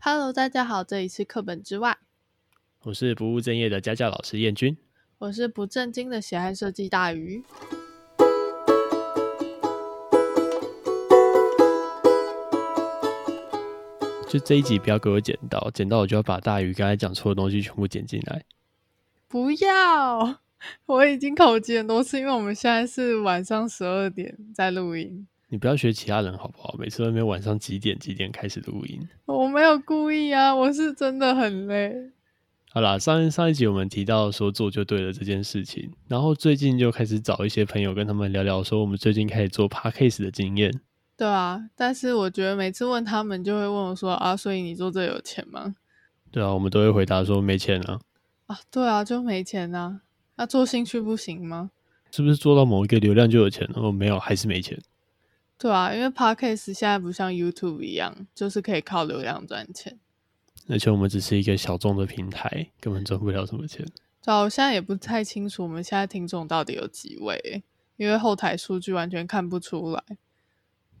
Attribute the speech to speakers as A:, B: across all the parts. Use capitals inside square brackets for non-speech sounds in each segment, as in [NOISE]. A: Hello，大家好，这里是课本之外，
B: 我是不务正业的家教老师燕君。
A: 我是不正经的喜爱设计大鱼。
B: 就这一集不要给我剪到，剪到我就要把大鱼刚才讲错的东西全部剪进来。
A: 不要，我已经口急很多次，因为我们现在是晚上十二点在录音，
B: 你不要学其他人好不好？每次都没晚上几点几点开始录音。
A: 我没有故意啊，我是真的很累。
B: 好啦，上上一集我们提到说做就对了这件事情，然后最近就开始找一些朋友跟他们聊聊，说我们最近开始做 podcast 的经验。
A: 对啊，但是我觉得每次问他们就会问我说啊，所以你做这有钱吗？
B: 对啊，我们都会回答说没钱啊，
A: 啊，对啊，就没钱啊。那、做兴趣不行吗？
B: 是不是做到某一个流量就有钱了？哦，没有，还是没钱。
A: 对啊，因为 Podcast 现在不像 YouTube 一样，就是可以靠流量赚钱。
B: 而且我们只是一个小众的平台，根本赚不了什么钱。
A: 对啊，我现在也不太清楚我们现在听众到底有几位欸，因为后台数据完全看不出来。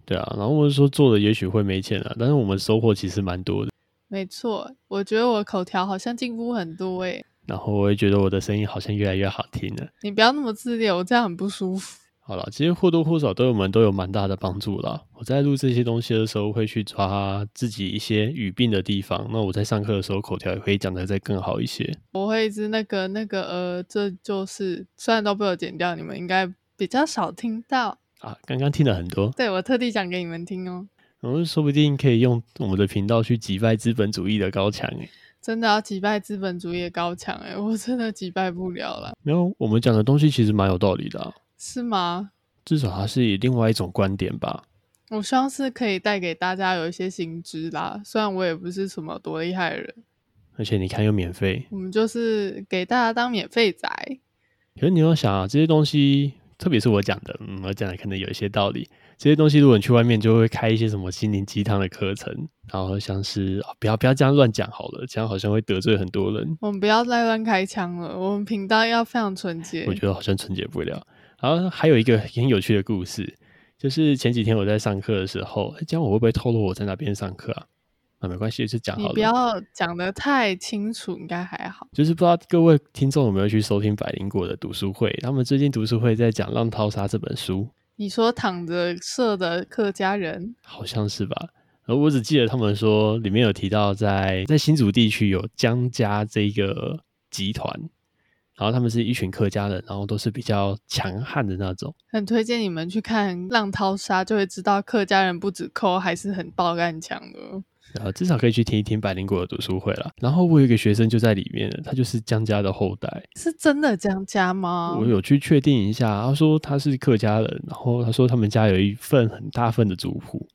B: 对啊，然后我是说做的也许会没钱啊，但是我们收获其实蛮多的。
A: 没错，我觉得我口条好像进步很多诶。
B: 然后我也觉得我的声音好像越来越好听了。
A: 你不要那么自恋，我这样很不舒服。
B: 好了，其实或多或少对我们都有蛮大的帮助啦。我在录这些东西的时候，会去抓自己一些语病的地方。那我在上课的时候，口条也可以讲得再更好一些。
A: 我会一直那个那个呃，这就是虽然都被我剪掉，你们应该比较少听到。
B: 啊，刚刚听了很多，
A: 对我特地讲给你们听哦，
B: 我们说不定可以用我们的频道去击败资本主义的高墙、欸。
A: 真的要击败资本主义的高墙诶，我真的击败不了了，
B: 没有，我们讲的东西其实蛮有道理的、啊，
A: 是吗？
B: 至少它是以另外一种观点吧。
A: 我希望是可以带给大家有一些新知啦，虽然我也不是什么多厉害的人。
B: 而且你看又免费，
A: 我们就是给大家当免费仔。
B: 可是你要想啊，这些东西，特别是我讲的，嗯，我讲的可能有一些道理。这些东西，如果你去外面，就会开一些什么心灵鸡汤的课程，然后像是、啊不要不要这样乱讲好了，这样好像会得罪很多人，
A: 我们不要再乱开枪了，我们频道要非常纯洁
B: 我。觉得好像纯洁不了。然后还有一个很有趣的故事，就是前几天我在上课的时候，哎诶这样我会不会透露我在哪边上课啊？啊，没关系，就讲好
A: 你
B: 了。
A: 不要讲的太清楚，应该还好。
B: 就是不知道各位听众有没有去收听百灵果的读书会？他们最近读书会在讲《浪淘沙》这本书，
A: 你说躺着射的客家人，
B: 好像是吧？而我只记得他们说里面有提到在在新竹地区有江家这个集团，然后他们是一群客家人，然后都是比较强悍的那种。
A: 很推荐你们去看《浪淘沙》，就会知道客家人不止抠，还是很爆干强的。
B: 然呃后至少可以去听一听百灵果的读书会啦。然后我有一个学生就在里面了，他就是江家的后代。
A: 是真的江家吗？
B: 我有去确定一下，他说他是客家人，然后他说他们家有一份很大份的族谱，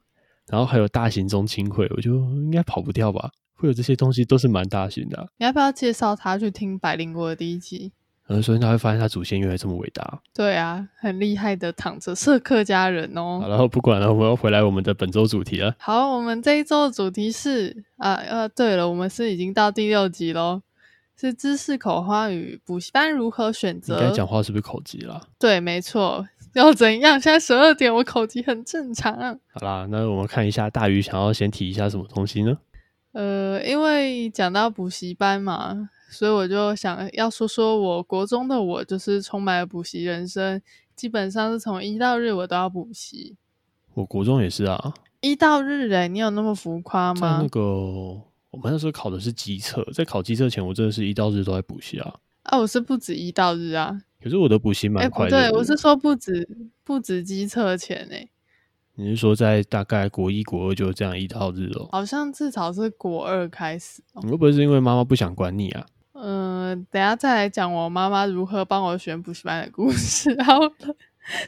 B: 然后还有大型宗亲会，我就应该跑不掉吧。会有这些东西都是蛮大型的啊、
A: 你要不要介绍他去听《百灵国》的第一集？
B: 然后首先他会发现他祖先原来这么伟大。
A: 对啊，很厉害的躺着射客家人
B: 好，
A: 哦。
B: 然后不管了，我们要回来我们的本周主题了。
A: 好，我们这一周的主题是啊呃，对了，我们是已经到第六集喽，是知识口花与补习班如何选
B: 你该
A: 择。
B: 讲话是不是口急啦？
A: 对，没错，要怎样？现在十二点，我口疾很正常。啊
B: 好啦，那我们看一下大鱼想要先提一下什么东西呢？
A: 呃，因为讲到补习班嘛，所以我就想要说说我国中的我，就是充满了补习人生，基本上是从一到日我都要补习。
B: 我国中也是啊，
A: 一到日哎、你有那么浮夸
B: 在
A: 吗？
B: 那个我们那时候考的是机测，在考机测前，我真的是一到日都在补习啊。
A: 啊，我是不止一到日啊，
B: 可是我的补习
A: 哎、
B: 蛮
A: 不
B: 快乐的、
A: 对，我是说不止不止机测前哎、
B: 你是说在大概国一、国二就这样一到日哦？
A: 好像至少是国二开始哦。
B: 你会不会是因为妈妈不想管你啊？
A: 嗯、等一下再来讲我妈妈如何帮我选补习班的故事， [LAUGHS] 然后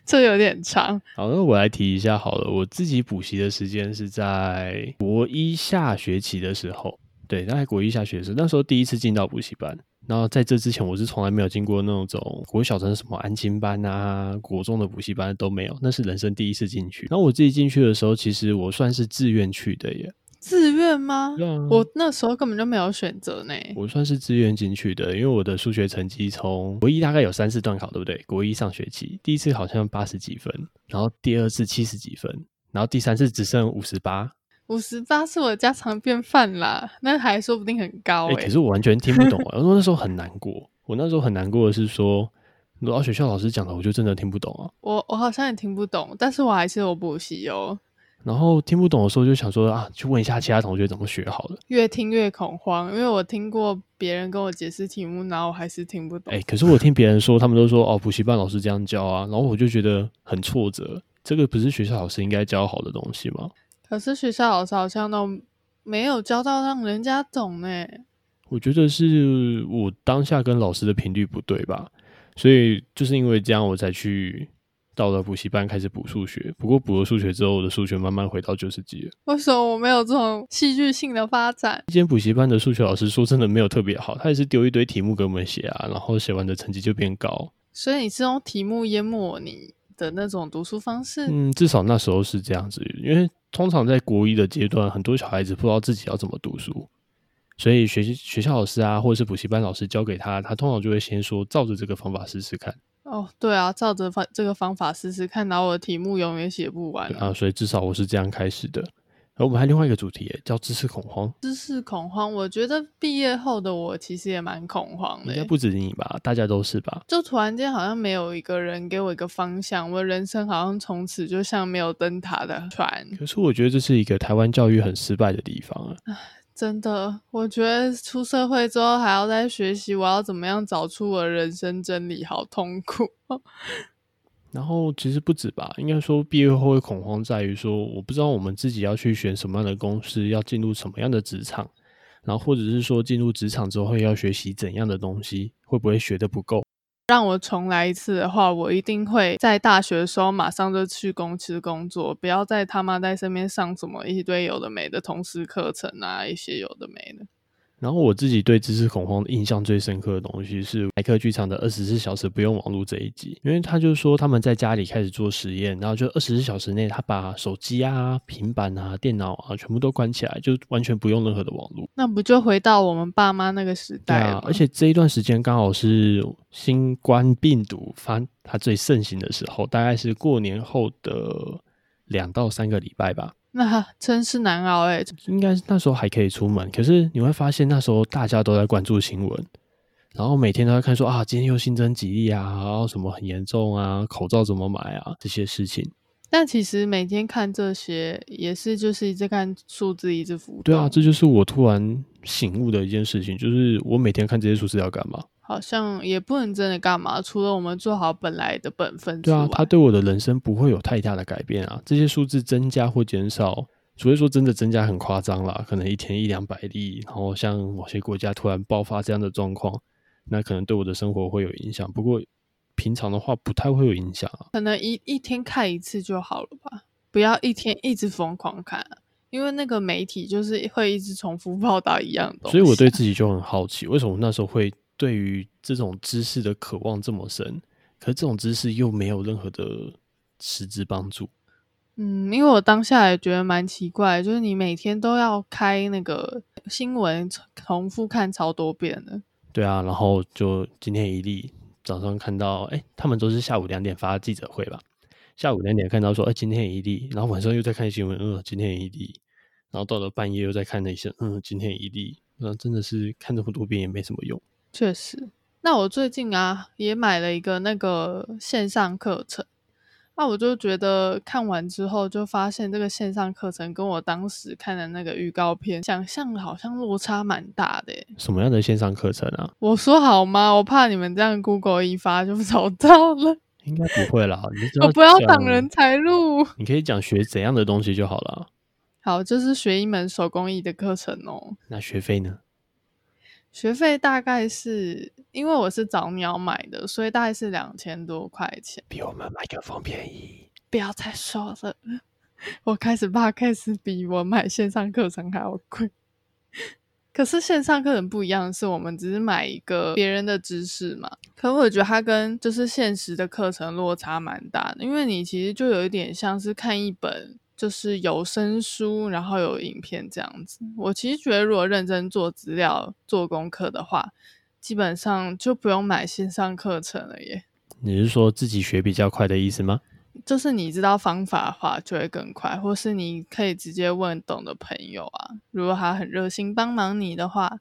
A: 这有点长。
B: 好，那我来提一下好了。我自己补习的时间是在国一下学期的时候，对，大概国一下学期的时候，那时候第一次进到补习班。然后在这之前，我是从来没有进过那种国小的什么安亲班啊、国中的补习班都没有，那是人生第一次进去。那我自己进去的时候，其实我算是自愿去的耶。
A: 自愿吗？
B: 对啊
A: 我那时候根本就没有选择呢。
B: 我算是自愿进去的，因为我的数学成绩从国一大概有三四段考，对不对？国一上学期第一次好像八十几分，然后第二次七十几分，然后第三次只剩五十八，
A: 五十八是我的家常便饭啦，那还说不定很高
B: 哎、
A: 哎、
B: 可是我完全听不懂、啊，我说那时候很难过，我那时候很难过的是说，然后学校老师讲的我就真的听不懂啊，
A: 我我好像也听不懂，但是我还是有补习哦。
B: 然后听不懂的时候就想说啊，去问一下其他同学怎么学好了。
A: 越听越恐慌，因为我听过别人跟我解释题目，然后我还是听不懂。
B: 哎、可是我听别人说，他们都说哦，补习班老师这样教啊，然后我就觉得很挫折。这个不是学校老师应该教好的东西吗？
A: 可是学校老师好像都没有教到让人家懂呢。
B: 我觉得是我当下跟老师的频率不对吧，所以就是因为这样，我才去到了补习班开始补数学。不过补了数学之后，我的数学慢慢回到九十级了。
A: 为什么我没有这种戏剧性的发展？
B: 一间补习班的数学老师说真的没有特别好，他也是丢一堆题目给我们写啊，然后写完的成绩就变高。
A: 所以你是用题目淹没你的那种读书方式？
B: 嗯，至少那时候是这样子，因为通常在国一的阶段，很多小孩子不知道自己要怎么读书，所以学习学校老师啊，或者是补习班老师教给他，他通常就会先说照着这个方法试试看
A: 哦，对啊，照着方这个方法试试看，然后我的题目永远写不完、
B: 啊，所以至少我是这样开始的。然后我们还有另外一个主题耶叫知识恐慌，
A: 知识恐慌，我觉得毕业后的我其实也蛮恐慌
B: 应
A: 的
B: 该
A: 欸。
B: 不止你吧，大家都是吧？
A: 就突然间好像没有一个人给我一个方向，我的人生好像从此就像没有灯塔的船。
B: 可是我觉得这是一个台湾教育很失败的地方啊。
A: 真的，我觉得出社会之后还要再学习，我要怎么样找出我的人生真理，好痛苦。哦
B: 然后其实不止吧，应该说毕业后会恐慌在于说，我不知道我们自己要去选什么样的公司，要进入什么样的职场，然后或者是说进入职场之后要学习怎样的东西，会不会学的不够？
A: 让我重来一次的话，我一定会在大学的时候马上就去公司工作，不要再他妈在身边上什么一堆有的没的同事课程啊，一些有的没的。
B: 然后我自己对知识恐慌印象最深刻的东西是莱克剧场的《二十四小时不用网络》这一集，因为他就说他们在家里开始做实验，然后就二十四小时内他把手机啊、平板啊、电脑啊全部都关起来，就完全不用任何的网络。
A: 那不就回到我们爸妈那个时
B: 对
A: 代了，
B: 啊
A: 吗？
B: 而且这一段时间刚好是新冠病毒发它最盛行的时候，大概是过年后的两到三个礼拜吧。
A: 那 [LAUGHS] 真是难熬哎、
B: 应该是那时候还可以出门，可是你会发现那时候大家都在关注新闻，然后每天都在看说啊，今天又新增几例啊，然后什么很严重啊，口罩怎么买啊这些事情。
A: 但其实每天看这些也是就是一直看数字一直浮动。
B: 对啊，这就是我突然醒悟的一件事情，就是我每天看这些数字要干嘛？
A: 好像也不能真的干嘛，除了我们做好本来的本分之
B: 对
A: 外，
B: 啊，它对我的人生不会有太大的改变啊。这些数字增加或减少，除非说真的增加很夸张啦，可能一天一两百例，然后像某些国家突然爆发这样的状况，那可能对我的生活会有影响。不过平常的话，不太会有影响啊。
A: 可能一一天看一次就好了吧，不要一天一直疯狂看啊、因为那个媒体就是会一直重复报道一样的东西。
B: 所以我对自己就很好奇，为什么我那时候会对于这种知识的渴望这么深？可是这种知识又没有任何的实质帮助。
A: 嗯，因为我当下也觉得蛮奇怪，就是你每天都要开那个新闻，重复看超多遍的。
B: 对啊，然后就今天一例，早上看到，哎，他们都是下午两点发记者会吧？下午两点看到说，哎，今天一例，然后晚上又在看新闻，嗯，今天一例，然后到了半夜又在看那些，嗯，今天一例，那真的是看这么多遍也没什么用。
A: 确实，那我最近啊也买了一个那个线上课程，那我就觉得看完之后就发现这个线上课程跟我当时看的那个预告片想象好像落差蛮大的耶。
B: 什么样的线上课程啊？
A: 我说好吗？我怕你们这样 Google 一发就 [LAUGHS] 找到了，
B: 应该不会啦，你只
A: 我哦不要
B: 讲
A: 挡人，财路。
B: 你可以讲学怎样的东西就好了。
A: 好，就是学一门手工艺的课程哦，
B: 那学费呢？
A: 学费大概是因为我是早鸟买的，所以大概是两千多块钱。
B: 比我们麦克风便宜。
A: 不要再说了， [LAUGHS] 我开始怕 case 比我买线上课程还要贵。可是线上课程不一样，是我们只是买一个别人的知识嘛。可我觉得它跟就是现实的课程落差蛮大的，因为你其实就有一点像是看一本就是有声书，然后有影片这样子。我其实觉得，如果认真做资料、做功课的话，基本上就不用买线上课程了耶。
B: 你是说自己学比较快的意思吗？
A: 就是你知道方法的话，就会更快，或是你可以直接问懂的朋友啊，如果他很热心帮忙你的话。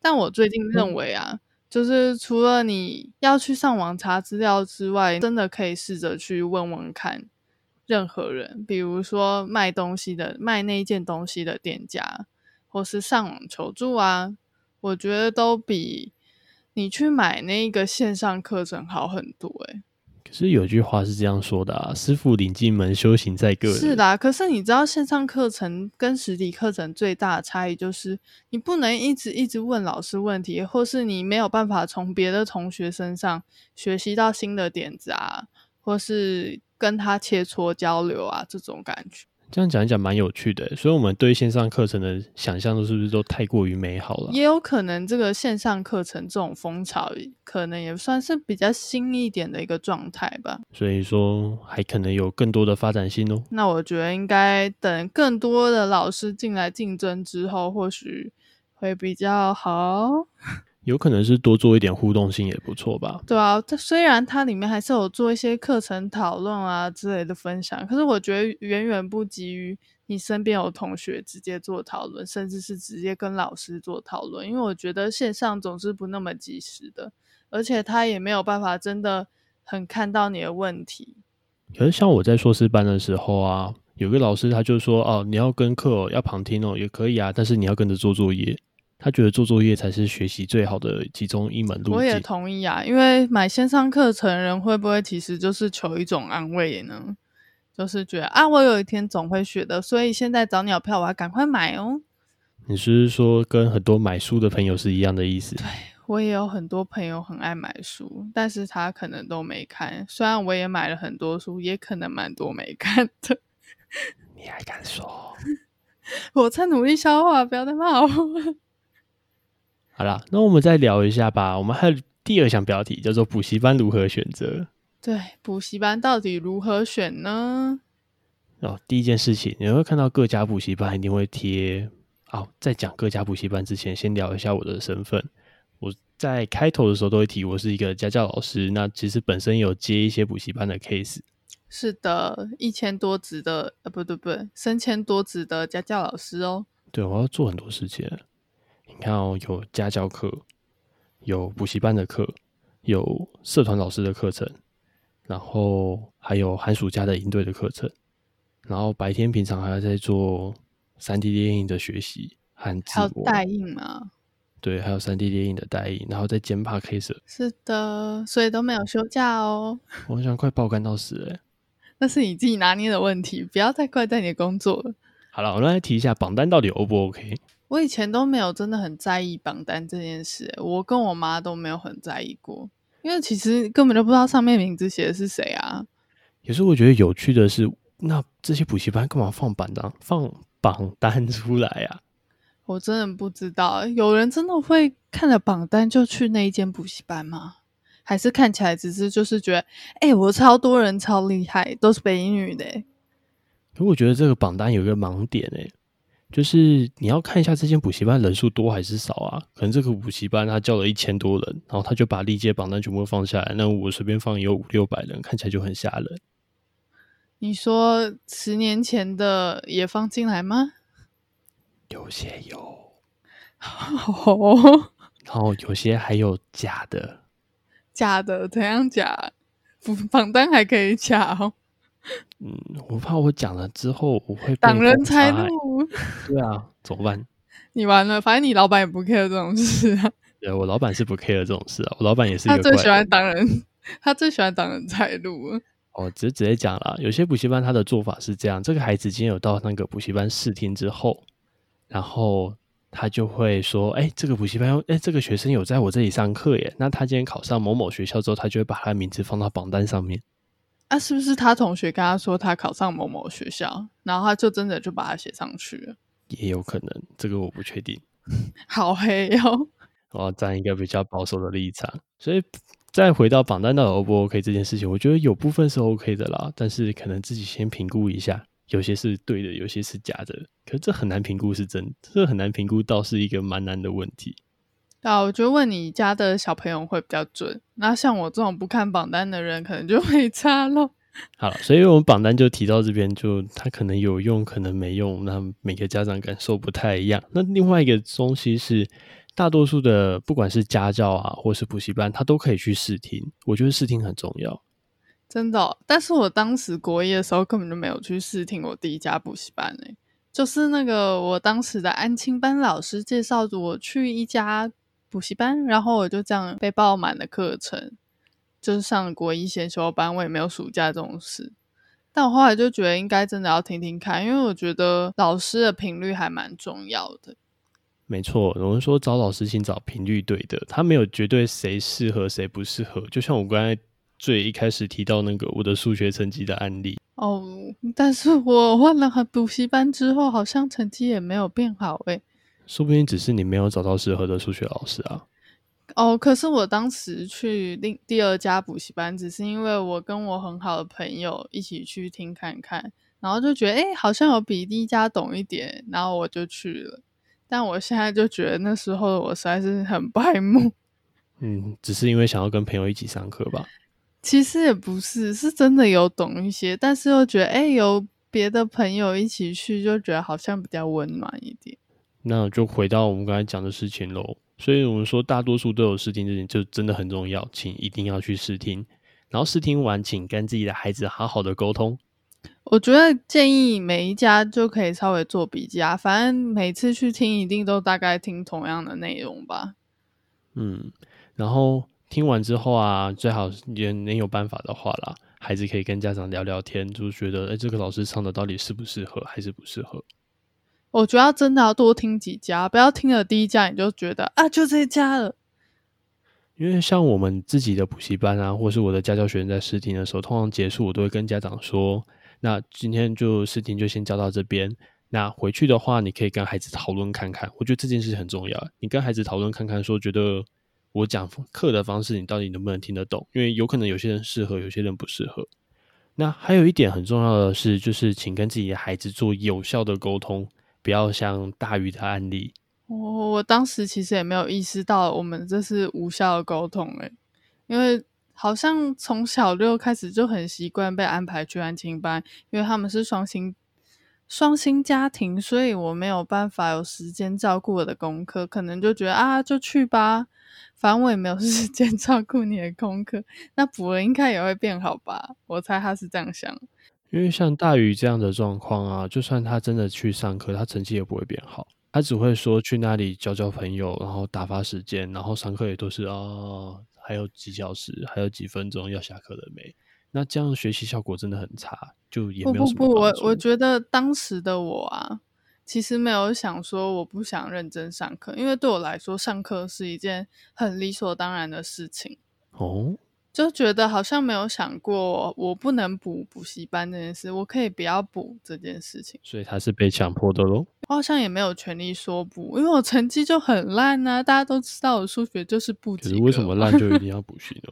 A: 但我最近认为啊，就是除了你要去上网查资料之外，真的可以试着去问问看任何人，比如说卖东西的卖那一件东西的店家，或是上网求助啊，我觉得都比你去买那个线上课程好很多、欸。
B: 可是有句话是这样说的啊：“师傅领进门，修行在个人。”
A: 是的啊，可是你知道线上课程跟实体课程最大的差异就是，你不能一直一直问老师问题，或是你没有办法从别的同学身上学习到新的点子啊，或是跟他切磋交流啊，这种感觉。
B: 这样讲一讲蛮有趣的，所以我们对线上课程的想象都是不是都太过于美好了？
A: 也有可能这个线上课程这种风潮，可能也算是比较新一点的一个状态吧。
B: 所以说还可能有更多的发展性哦。
A: 那我觉得应该等更多的老师进来竞争之后，或许会比较好。哦
B: 有可能是多做一点互动性也不错吧。
A: 对啊，这虽然它里面还是有做一些课程讨论啊之类的分享，可是我觉得远远不及于你身边有同学直接做讨论，甚至是直接跟老师做讨论，因为我觉得线上总是不那么及时的，而且他也没有办法真的很看到你的问题。
B: 可是像我在硕士班的时候啊，有个老师他就说哦，你要跟课哦，要旁听哦，也可以啊，但是你要跟着做作业。他觉得做作业才是学习最好的其中一门路
A: 我也
B: 径。
A: 同意啊，因为买线上课程的人会不会其实就是求一种安慰呢？就是觉得啊，我有一天总会学的，所以现在找鸟票我要赶快买哦。
B: 你是不是说跟很多买书的朋友是一样的意思？
A: 我也有很多朋友很爱买书，但是他可能都没看。虽然我也买了很多书，也可能蛮多没看的。 [LAUGHS]
B: 你还敢说？
A: 我在努力消化，不要再骂我。
B: 好啦，那我们再聊一下吧。我们还有第二项标题叫做“补习班如何选择
A: [LAUGHS] 对，补习班到底如何选呢？”。
B: 哦，第一件事情，你会看到各家补习班一定会贴。哦，在讲各家补习班之前，先聊一下我的身份。我在开头的时候都会提，我是一个家教老师。那其实本身有接一些补习班的 case。
A: 是的，一千多职的，呃，不对不对，三千多职的家教老师哦。
B: 对，我要做很多事情。你看哦，有家教课，有补习班的课，有社团老师的课程，然后还有寒暑假的营队的课程，然后白天平常还要在做三 D 猎印的学习和
A: 还有
B: 直播，
A: 代印啊嘛？
B: 对，还有三 D 猎印的代印，然后再兼 p case，
A: 是的，所以都没有休假哦。 [LAUGHS]
B: 我好像快爆肝到死了欸。
A: 那是你自己拿捏的问题，不要再怪在你的工作了。
B: 好了，我们来提一下榜单到底 O 不 OK？
A: 我以前都没有真的很在意榜单这件事、欸我跟我妈都没有很在意过，因为其实根本就不知道上面名字写的是谁啊。
B: 有时候我觉得有趣的是，那这些补习班干嘛放榜单放榜单出来啊？
A: 我真的不知道欸、有人真的会看了榜单就去那一间补习班吗？还是看起来只是就是觉得，哎、我超多人超厉害，都是北一女的欸、
B: 可我觉得这个榜单有一个盲点诶、就是你要看一下这间补习班人数多还是少啊？可能这个补习班他叫了一千多人，然后他就把历届榜单全部放下来，那我随便放也有五六百人，看起来就很吓人。
A: 你说十年前的也放进来吗？ [LAUGHS]
B: 有些有，
A: 哦，
B: 然后有些还有假的，
A: 假的，怎样假？不榜单还可以假哦，
B: 嗯，我怕我讲了之后我会被
A: 挡人
B: 封
A: 财
B: 杀欸
A: 路。
B: 对啊，怎么办？
A: 你完了，反正你老板也不 care 这种事
B: [LAUGHS]
A: 啊，
B: 对我老板是不 care 这种事啊，我老板也是一
A: 他
B: 个
A: 最
B: 怪
A: 喜
B: 人
A: 欢挡人，他最喜欢挡人财路了。
B: 哦，直直接讲了，有些补习班他的做法是这样：这个孩子今天有到那个补习班试听之后，然后他就会说，哎，这个补习班有，哎，这个学生有在我这里上课耶。那他今天考上某某学校之后，他就会把他的名字放到榜单上面。
A: 啊，是不是他同学跟他说他考上某某学校，然后他就真的就把他写上去了？ [LAUGHS]
B: 也有可能，这个我不确定。
A: 好黑哦！
B: 我要站一个比较保守的立场，所以再回到榜单到底 O 不 OK 这件事情，我觉得有部分是 OK 的啦，但是可能自己先评估一下，有些是对的，有些是假的，可是这很难评估是真，这很难评估到是一个蛮难的问题。
A: 对啊，我觉得问你家的小朋友会比较准。那像我这种不看榜单的人，可能就没差咯。 [LAUGHS]
B: 好了，所以我们榜单就提到这边，就它可能有用，可能没用，那每个家长感受不太一样。那另外一个东西是，大多数的不管是家教啊，或是补习班，它都可以去试听。我觉得试听很重要。
A: 真的哦、但是我当时国一的时候根本就没有去试听我第一家补习班诶、欸就是那个我当时的安亲班老师介绍着我去一家补习班，然后我就这样被报满了课程，就是上国一先修班，我也没有暑假这种事。但我后来就觉得应该真的要听听看，因为我觉得老师的频率还蛮重要的。
B: 没错，我们说找老师，请找频率对的，他没有绝对谁适合谁不适合。就像我刚才最一开始提到那个我的数学成绩的案例，
A: 哦，但是我换了补习班之后，好像成绩也没有变好欸诶、
B: 说不定只是你没有找到适合的数学老师啊。
A: 哦，可是我当时去另第二家补习班，只是因为我跟我很好的朋友一起去听看看，然后就觉得诶好像有比第一家懂一点，然后我就去了。但我现在就觉得那时候我实在是很白目， [LAUGHS]
B: 嗯，只是因为想要跟朋友一起上课吧。
A: 其实也不是，是真的有懂一些，但是又觉得诶有别的朋友一起去，就觉得好像比较温暖一点。
B: 那就回到我们刚才讲的事情喽。所以我们说，大多数都有试听这件，就真的很重要，请一定要去试听。然后试听完，请跟自己的孩子好好的沟通。
A: 我觉得建议每一家就可以稍微做笔记啊，反正每次去听一定都大概听同样的内容吧。
B: 嗯，然后听完之后啊，最好也能有办法的话啦，孩子可以跟家长聊聊天，就是觉得，哎，这个老师上的到底适不适合，还是不适合？
A: 我觉得真的要多听几家，不要听了第一家你就觉得啊就这家了。
B: 因为像我们自己的补习班啊，或是我的家教学生在试听的时候，通常结束我都会跟家长说，那今天就试听就先教到这边。那回去的话，你可以跟孩子讨论看看，我觉得这件事很重要。你跟孩子讨论看看，说觉得我讲课的方式，你到底能不能听得懂？因为有可能有些人适合，有些人不适合。那还有一点很重要的是，就是请跟自己的孩子做有效的沟通，不要像大鱼的案例，
A: 我、我当时其实也没有意识到我们这是无效的沟通诶、因为好像从小六开始就很习惯被安排去安亲班，因为他们是双薪双薪家庭，所以我没有办法有时间照顾我的功课，可能就觉得啊就去吧，反正我也没有 [LAUGHS] 时间照顾你的功课，那补了应该也会变好吧？我猜他是这样想。
B: 因为像大宇这样的状况啊，就算他真的去上课，他成绩也不会变好，他只会说去那里交交朋友，然后打发时间，然后上课也都是啊、还有几小时，还有几分钟要下课了没？那这样学习效果真的很差，就也
A: 不
B: 没有
A: 不
B: 什么
A: 不，我
B: 帮助
A: 我觉得当时的我啊，其实没有想说我不想认真上课，因为对我来说，上课是一件很理所当然的事情，
B: 哦，
A: 就觉得好像没有想过我不能补补习班这件事，我可以不要补这件事情，
B: 所以他是被强迫的喽。
A: 我好像也没有权利说不，因为我成绩就很烂呐、大家都知道我数学就是不
B: 可
A: 及
B: 是
A: 格，
B: 为什么烂就一定要补习呢？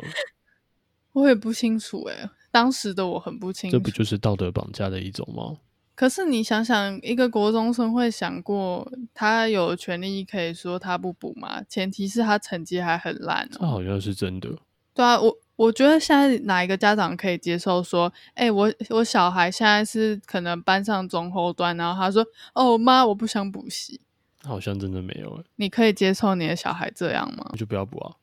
A: 我也不清楚诶、当时的我很不 [LAUGHS] 清楚，
B: 这不就是道德绑架的一种吗？
A: 可是你想想，一个国中生会想过他有权利可以说他不补吗？前提是他成绩还很烂
B: 这
A: 哦。
B: 好像是真的。
A: 对啊，我我觉得现在哪一个家长可以接受说，哎、我我小孩现在是可能班上中后段，然后他说，哦妈，我不想补习，
B: 好像真的没有哎、
A: 你可以接受你的小孩这样吗？
B: 我就不要补啊，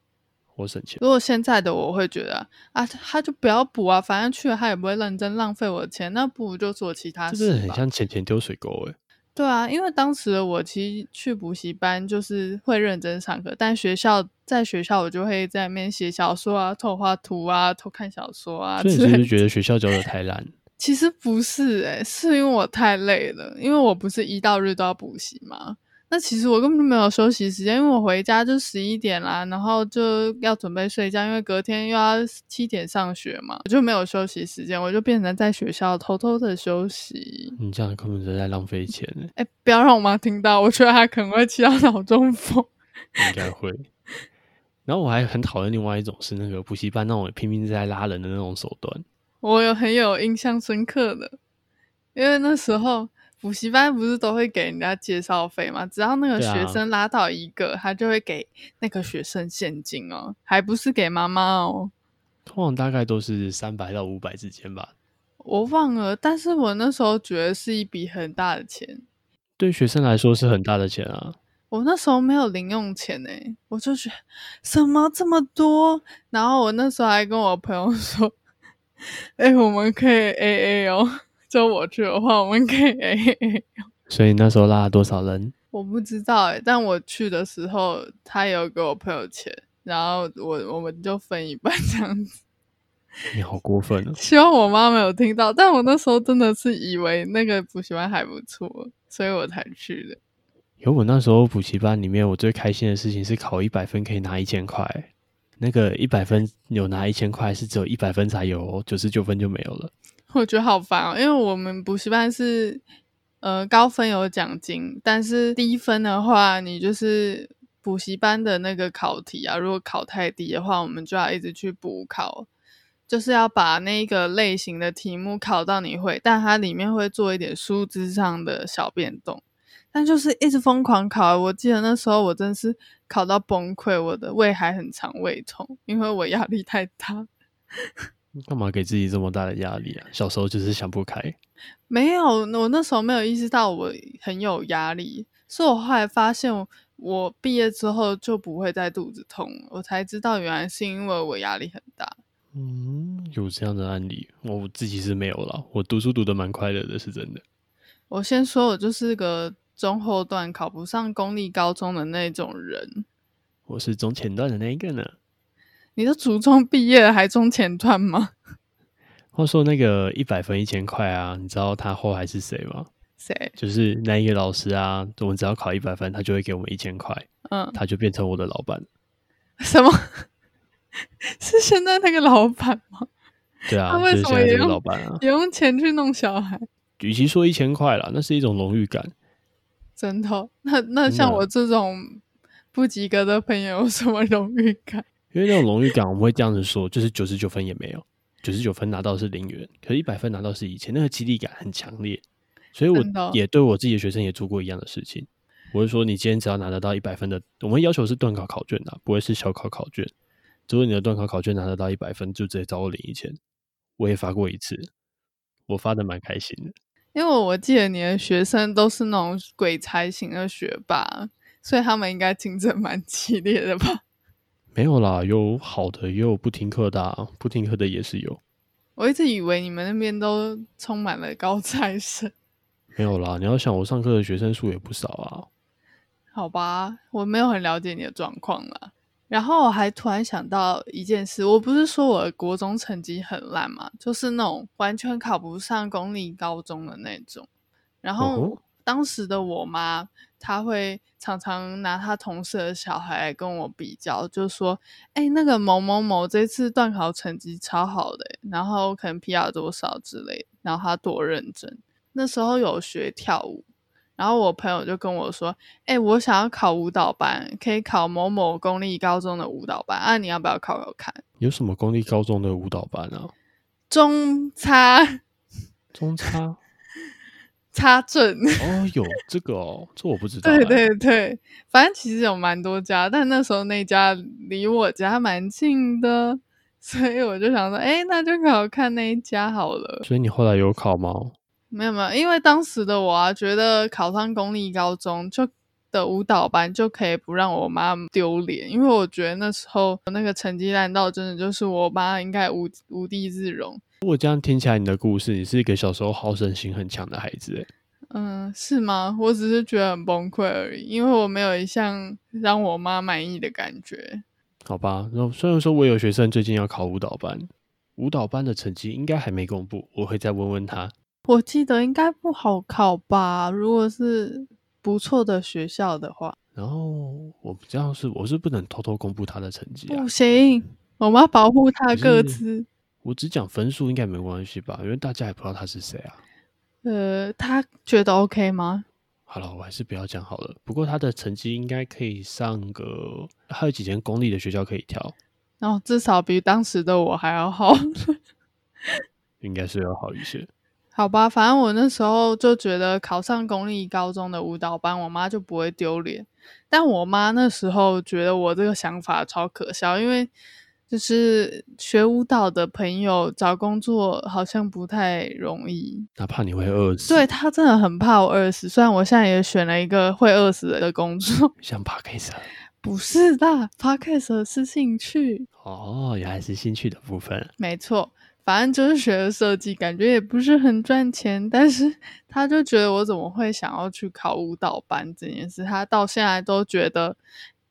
B: 我省钱。
A: 如果现在的我会觉得啊，他就不要补啊，反正去了他也不会认真浪费我的钱，那不如就做其他
B: 这
A: 事
B: 真
A: 啊吧。
B: 的很像钱钱丢水沟哎、
A: 对啊，因为当时的我其实去补习班就是会认真上课，但学校在学校我就会在那边写小说啊、偷画图啊、偷看小说啊
B: 所以
A: 之
B: 你是
A: 类
B: 不是
A: 的。
B: 觉得学校教的太烂？
A: 其实不是诶、是因为我太累了，因为我不是一到日都要补习嘛。那其实我根本就没有休息时间，因为我回家就十一点啦，然后就要准备睡觉，因为隔天又要七点上学嘛，我就没有休息时间，我就变成在学校偷偷的休息。
B: 你这样根本就在浪费钱欸，
A: 哎、不要让我妈听到，我觉得她可能会气到脑中风。
B: 欸应该会。然后我还很讨厌另外一种是那个补习班那种拼命在拉人的那种手段，
A: 我有很有印象深刻的，因为那时候补习班不是都会给人家介绍费嘛，只要那个
B: 对啊
A: 学生拉到一个，他就会给那个学生现金哦，还不是给妈妈哦。
B: 通常大概都是三百到五百之间吧。
A: 我忘了，但是我那时候觉得是一笔很大的钱。
B: 对学生来说是很大的钱啊。
A: 我那时候没有零用钱呢、我就觉得什么这么多，然后我那时候还跟我朋友说：“ [LAUGHS] 哎、我们可以 A A 哦，就我去的话，我们可以 A A。
B: 所以那时候拉了多少人？”
A: 我不知道哎、但我去的时候，他有给我朋友钱，然后我我们就分一半这样子。 [LAUGHS]
B: 你好过分哦！
A: 希望我妈没有听到，但我那时候真的是以为那个补习班还不错，所以我才去的。
B: 有我那时候补习班里面，我最开心的事情是考一百分可以拿一千块。那个一百分有拿一千块，是只有一百分才有哦，九十九分就没有了。
A: 我觉得好烦哦，因为我们补习班是，呃，高分有奖金，但是低分的话，你就是补习班的那个考题啊，如果考太低的话，我们就要一直去补考，就是要把那个类型的题目考到你会，但它里面会做一点数字上的小变动。但就是一直疯狂考，啊我记得那时候我真是考到崩溃，我的胃还很常胃痛，因为我压力太大。
B: 你干嘛给自己这么大的压力啊？小时候就是想不开。
A: 没有，我那时候没有意识到我很有压力，是我后来发现我我毕业之后就不会再肚子痛了，我才知道原来是因为我压力很大。
B: 嗯，有这样的案例，我自己是没有啦。我读书读的蛮快乐的，是真的。
A: 我先说，我就是个中后段考不上公立高中的那种人。
B: 我是中前段的那一个呢。
A: 你都初中毕业了还中前段吗？
B: 话说那个一百分一千块啊，你知道他后来是谁吗？
A: 谁？
B: 就是那一个老师啊，我们只要考一百分，他就会给我们一千块，
A: 嗯，
B: 他就变成我的老板。
A: 什么？ [LAUGHS] 是现在那个老板吗？
B: 对啊，
A: 他为
B: 就是
A: 什
B: 现
A: 么
B: 在
A: 也
B: 这个
A: 用
B: 老板啊。
A: 也用钱去弄小孩？
B: 与其说一千块啦，那是一种荣誉感。
A: 真的哦？那那
B: 真
A: 像
B: 的啊
A: 我这种不及格的朋友有什么荣誉感？
B: 因为那种荣誉感，我们会这样子说，就是九十九分也没有，九十九分拿到是零元，可是一百分拿到是一千，那个激励感很强烈。所以我
A: 真的哦
B: 也对我自己的学生也做过一样的事情，我是说，你今天只要拿得到一百分的，我们要求是段考考卷啊，不会是小考考卷。如果你的段考考卷拿得到一百分，就直接找我领一千。我也发过一次，我发的蛮开心的。
A: 因为我记得你的学生都是那种鬼才型的学霸，所以他们应该竞争蛮激烈的吧？ [LAUGHS]
B: 没有啦，有好的，也有不听课的、啊，不听课的也是有。
A: 我一直以为你们那边都充满了高材生，
B: 没有啦，你要想我上课的学生数也不少啊。
A: 好吧？我没有很了解你的状况啦。然后我还突然想到一件事，我不是说我的国中成绩很烂嘛，就是那种完全考不上公立高中的那种。然
B: 哦
A: 后
B: 吼
A: 当时的我妈，她会常常拿她同事的小孩来跟我比较，就说：“哎、那个某某某这次段考成绩超好的欸、然后可能 PR 多少之类的，然后他多认真。”那时候有学跳舞，然后我朋友就跟我说：“哎、我想要考舞蹈班，可以考某某公立高中的舞蹈班啊，你要不要考考看？”
B: 有什么公立高中的舞蹈班啊？
A: 中差
B: 中差
A: [LAUGHS] 差正。
B: 哦，有这个哦，这我不知道、
A: 对
B: 欸。
A: 对对，反正其实有蛮多家，但那时候那家离我家蛮近的，所以我就想说，哎，那就考看那一家好了。
B: 所以你后来有考吗？
A: 没有没有，因为当时的我啊，觉得考上公立高中就的舞蹈班就可以不让我妈丢脸，因为我觉得那时候那个成绩烂到真的就是我妈应该无无地自容。
B: 我这样听起来你的故事，你是一个小时候好胜心很强的孩子、欸。
A: 嗯，是吗？我只是觉得很崩溃而已，因为我没有一项让我妈满意的感觉。
B: 好吧，然后虽然说我有学生最近要考舞蹈班，舞蹈班的成绩应该还没公布，我会再问问他。
A: 我记得应该不好考吧？如果是不错的学校的话，
B: 然后我这样是我是不能偷偷公布他的成绩啊
A: 不，行，我们要保护他的
B: 可
A: 各
B: 是
A: 自。
B: 我只讲分数应该没关系吧，因为大家也不知道他是谁啊。
A: 呃，他觉得 OK 吗？
B: 好了，我还是不要讲好了。不过他的成绩应该可以上个，还有几间公立的学校可以挑，
A: 然后至少比当时的我还要好， [LAUGHS]
B: 应该是要好一些。
A: 好吧？反正我那时候就觉得考上公立高中的舞蹈班，我妈就不会丢脸。但我妈那时候觉得我这个想法超可笑，因为就是学舞蹈的朋友找工作好像不太容易。
B: 哪怕你会饿死，
A: 对，他真的很怕我饿死，虽然我现在也选了一个会饿死的工作， [LAUGHS]
B: 像 p a r k e s
A: 不是啦 p o d c a s 是兴趣，
B: 哦，原来是兴趣的部分，
A: 没错，反正就是学了设计，感觉也不是很赚钱，但是 [LAUGHS] 他就觉得我怎么会想要去考舞蹈班这件事，他到现在都觉得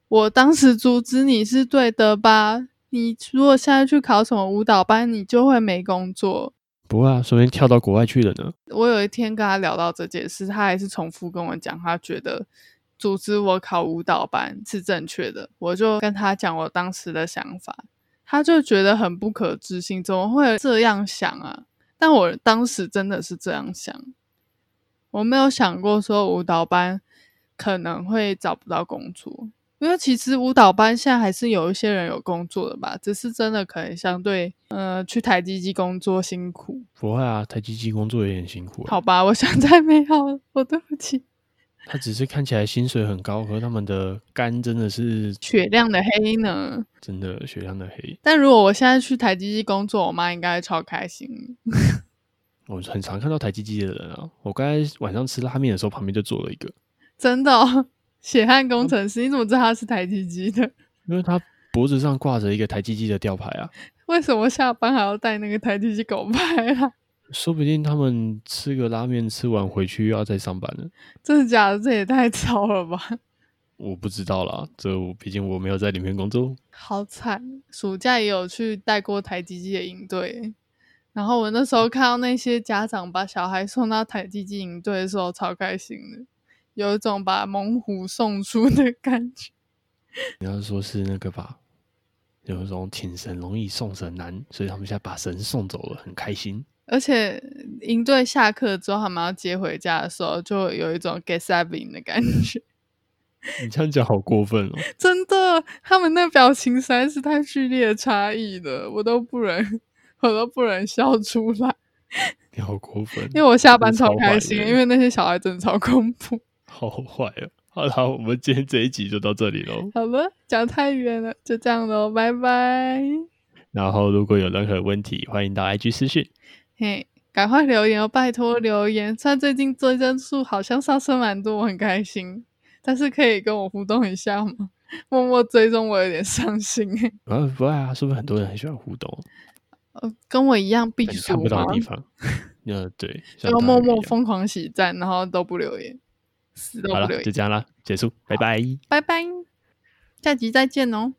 A: 我当时阻止你是对的吧？你如果现在去考什么舞蹈班，你就会没工作。
B: 不会啊，说不定跳到国外去了呢。
A: 我有一天跟他聊到这件事，他还是重复跟我讲，他觉得组织我考舞蹈班是正确的。我就跟他讲我当时的想法，他就觉得很不可置信，怎么会这样想啊？但我当时真的是这样想，我没有想过说舞蹈班可能会找不到工作，因为其实舞蹈班现在还是有一些人有工作的吧，只是真的可能相对呃去台积机工作辛苦。
B: 不会啊，台积机工作也很辛苦、啊。
A: 好，吧，我想太美好了，我对不起。
B: 他只是看起来薪水很高，和他们的肝真的是
A: [LAUGHS] 雪亮的黑呢？
B: 真的血量的黑。
A: 但如果我现在去台积机工作，我妈应该会超开心。
B: 我很常看到台积机的人啊，我刚才晚上吃拉面的时候，旁边就坐了一个，
A: 真的、哦，血汗工程师，你怎么知道他是台积机的？ [LAUGHS]
B: 因为他脖子上挂着一个台积机的吊牌啊，
A: 为什么下班还要带那个台积机狗牌啊？
B: 说不定他们吃个拉面吃完回去又要再上班了，
A: [LAUGHS] 真的假的？这也太超了吧！
B: 我不知道啦，这我毕竟我没有在里面工作。
A: 好惨！暑假也有去带过台积机的营队，然后我那时候看到那些家长把小孩送到台积机营队的时候，超开心的，有一种把猛虎送出的感觉。
B: 你要说是那个吧，有一种请神容易送神难，所以他们现在把神送走了，很开心。
A: 而且营队下课之后，他们要接回家的时候，就有一种 get saving 的感觉。 [LAUGHS]
B: 你这样讲好过分哦！
A: 真的，他们那表情实在是太剧烈的差异了，我都不能，我都不能笑出来，
B: 你好过分，
A: 因为我下班超开心，因为那些小孩真的超恐怖。 [LAUGHS]
B: 好坏哦。好啦，我们今天这一集就到这里喽。
A: 好了，讲太远了，就这样喽，拜拜。
B: 然后如果有任何问题，欢迎到 IG 私讯。
A: 嘿，赶快留言哦，拜托留言！虽然最近追踪数好像上升蛮多，我很开心，但是可以跟我互动一下吗？默默追踪我有点伤心 [LAUGHS] 哎、
B: 啊，不会啊，是不是很多人很喜欢互动？
A: 呃，跟我一样避
B: 但是看
A: 暑
B: 不到
A: 吗
B: 的？地方，呃，对，像
A: 就
B: 大
A: 默
B: 家
A: 默
B: 一样
A: 疯狂喜赞，然后都不留言，死都
B: 好
A: 不留
B: 了，就
A: 言，
B: 这样啦，结束，拜拜。
A: 拜拜，下集再见哦。